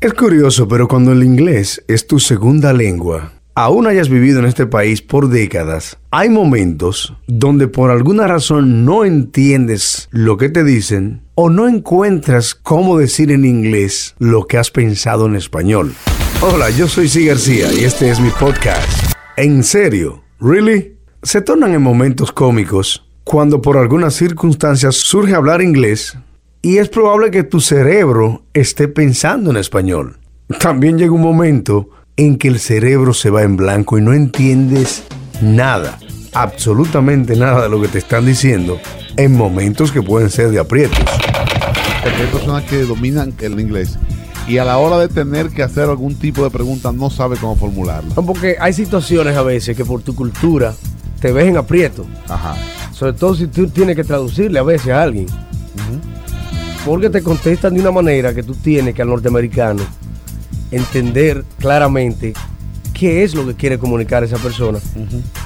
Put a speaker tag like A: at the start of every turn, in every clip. A: Es curioso, pero cuando el inglés es tu segunda lengua, aún hayas vivido en este país por décadas, hay momentos donde por alguna razón no entiendes lo que te dicen o no encuentras cómo decir en inglés lo que has pensado en español. Hola, yo soy C. García y este es mi podcast. En serio, ¿really? Se tornan en momentos cómicos cuando por algunas circunstancias surge hablar inglés y es probable que tu cerebro esté pensando en español. También llega un momento en que el cerebro se va en blanco y no entiendes nada, absolutamente nada de lo que te están diciendo en momentos que pueden ser de aprietos.
B: Porque hay personas que dominan el inglés y a la hora de tener que hacer algún tipo de pregunta no sabe cómo formularla.
C: No, Porque hay situaciones a veces que por tu cultura te ves en aprieto.
B: Ajá.
C: Sobre todo si tú tienes que traducirle a veces a alguien. Porque te contestan de una manera que tú tienes que al norteamericano entender claramente qué es lo que quiere comunicar esa persona.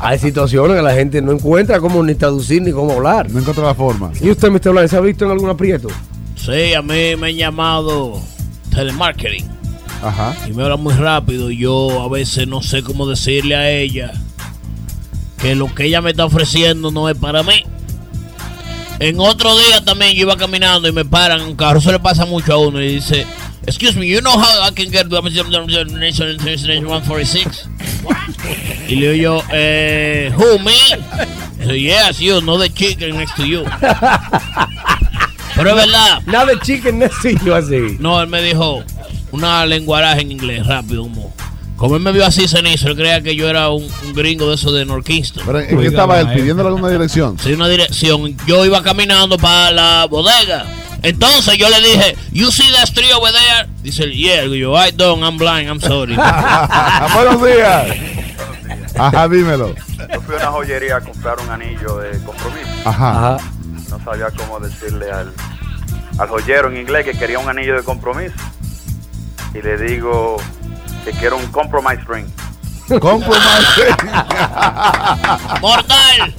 C: Hay situaciones que la gente no encuentra cómo ni traducir ni cómo hablar.
B: No encuentra la forma.
C: ¿Y usted, Mr. Blanc, se ha visto en algún aprieto?
D: Sí, a mí me han llamado telemarketing
B: Ajá.
D: y me hablan muy rápido. y Yo a veces no sé cómo decirle a ella que lo que ella me está ofreciendo no es para mí. En otro día también yo iba caminando y me paran en un carro. Eso le pasa mucho a uno y dice, excuse me, you know how I can get the 146? Y le digo yo, eh, who, me? So, yes, you, no the chicken next to you. Pero es verdad.
C: Nada de chicken necesito así.
D: No, él me dijo una lenguaraje en inglés, rápido, humo. Como él me vio así cenizo, él creía que yo era un, un gringo de esos de Norquisto.
B: Pero ¿en qué estaba él? ¿Pidiéndole alguna dirección?
D: Sí, una dirección. Yo iba caminando para la bodega. Entonces yo le dije, you see that tree over there? Dice él, yeah. Y yo, I don't, I'm blind, I'm sorry.
B: Buenos días. Ajá, dímelo.
E: Yo fui a una joyería a comprar un anillo de compromiso.
B: Ajá.
C: Ajá.
E: No sabía cómo decirle al, al joyero en inglés que quería un anillo de compromiso. Y le digo que quiero un compromise ring.
B: Compromise.
D: ¡Mortal!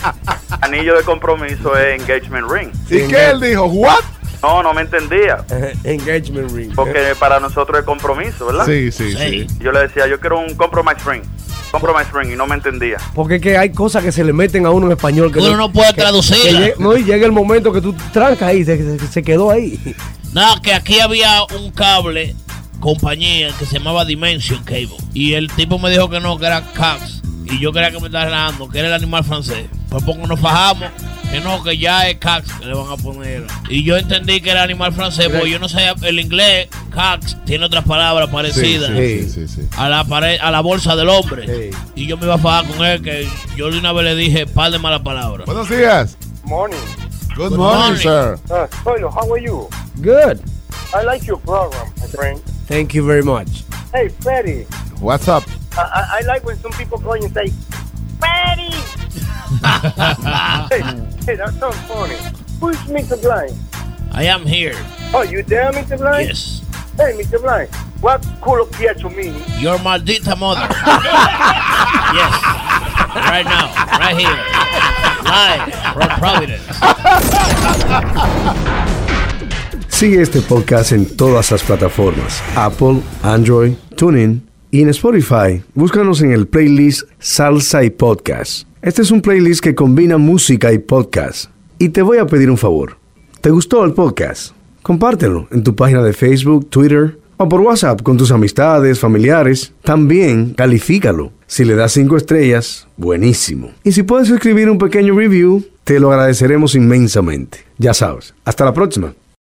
E: Anillo de compromiso es engagement ring.
B: ¿Y qué él dijo? ¿What?
E: No, no me entendía.
C: Engagement ring.
E: Porque para nosotros es compromiso, ¿verdad?
B: Sí, sí, sí.
D: Sí.
E: Yo le decía, yo quiero un compromise ring. Compromise ring. Y no me entendía.
C: Porque es que hay cosas que se le meten a uno en español que
D: Uno no puede
C: que-
D: traducirla.
C: que lle- no, y llega el momento que tú trancas ahí, se, se- se quedó ahí.
D: Nada, que aquí había un cable, compañía, que se llamaba Dimension Cable. Y el tipo me dijo que no, que era Cox. Y yo creía que me estaba relajando, que era el animal francés. Pues poco nos fajamos, que no, que ya es Cox que le van a poner. Y yo entendí que era animal francés, porque yo no sabía el inglés. Cox tiene otras palabras
B: Sí,
D: parecidas.
B: sí, sí, sí, sí.
D: A la, pared, a la bolsa del hombre.
C: Sí.
D: Y yo me iba a fajar con él, que yo de una vez le dije par de malas palabras.
B: Buenos días.
F: Morning.
B: Good
D: Good
B: morning,
D: morning.
B: sir.
F: Uh, Soilo, how are you?
C: Good.
F: I like your program, my friend.
C: Thank you very much.
F: Hey, Freddy.
B: What's up?
F: I, I, I like when some people call you and say, Freddy! hey, hey, that sounds funny. Who's Mr. Blind?
D: I am here.
F: Oh, you there, Mr. Blind?
D: Yes.
F: Hey, Mr. Blind, what culo quieto mean?
D: Your maldita mother. yes. Right now. Right here. Live from Providence.
A: Sigue este podcast en todas las plataformas: Apple, Android, TuneIn y en Spotify. Búscanos en el playlist Salsa y Podcast. Este es un playlist que combina música y podcast. Y te voy a pedir un favor: ¿te gustó el podcast? Compártelo en tu página de Facebook, Twitter o por WhatsApp con tus amistades, familiares. También califícalo. Si le das 5 estrellas, buenísimo. Y si puedes escribir un pequeño review, te lo agradeceremos inmensamente. Ya sabes, hasta la próxima.